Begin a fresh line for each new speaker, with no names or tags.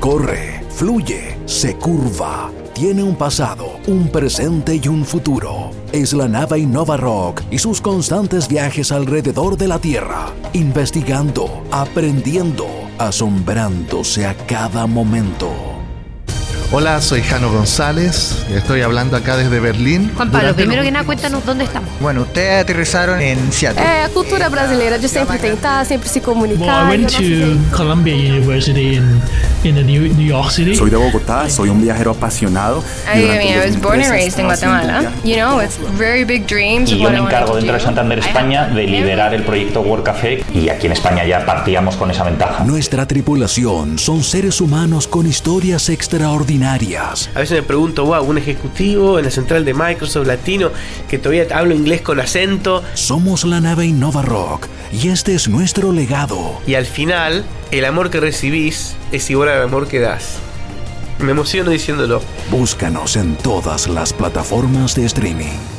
corre, fluye, se curva. Tiene un pasado, un presente y un futuro. Es la nave Innova Rock y sus constantes viajes alrededor de la Tierra, investigando, aprendiendo, asombrándose a cada momento.
Hola, soy Jano González, estoy hablando acá desde Berlín.
Juan Pablo,
Durante
primeiro
los-
que nada, cuéntanos dónde estamos.
Bueno, ustedes aterrizaron en Seattle.
É, a Eh, cultura brasileira de sempre tentar, sempre se
Well, I
comunicar. e o
went
nosso
to
jeito.
Columbia University in in the New, New York City.
Soy de Bogotá, soy un viajero apasionado.
I
y durante
mean, I was
2013
born and raised in
estaba haciendo un
Guatemala.
viaje
You know, it's very big dreams.
Y
of
yo
what
me
I wanted
encargo
to
dentro de
do.
Santander,
I have
España, de
every-
liderar el proyecto World Café y aquí en España ya partíamos con esa ventaja.
Nuestra tripulación son seres humanos con historias extraordinarias.
A veces me pregunto, wow, un ejecutivo en la central de Microsoft latino que todavía hablo inglés con acento
Somos la nave Innova Rock y este es nuestro legado.
y al final el amor que recibís es igual al amor que das. Me emociono diciéndolo.
Búscanos en todas las plataformas de streaming.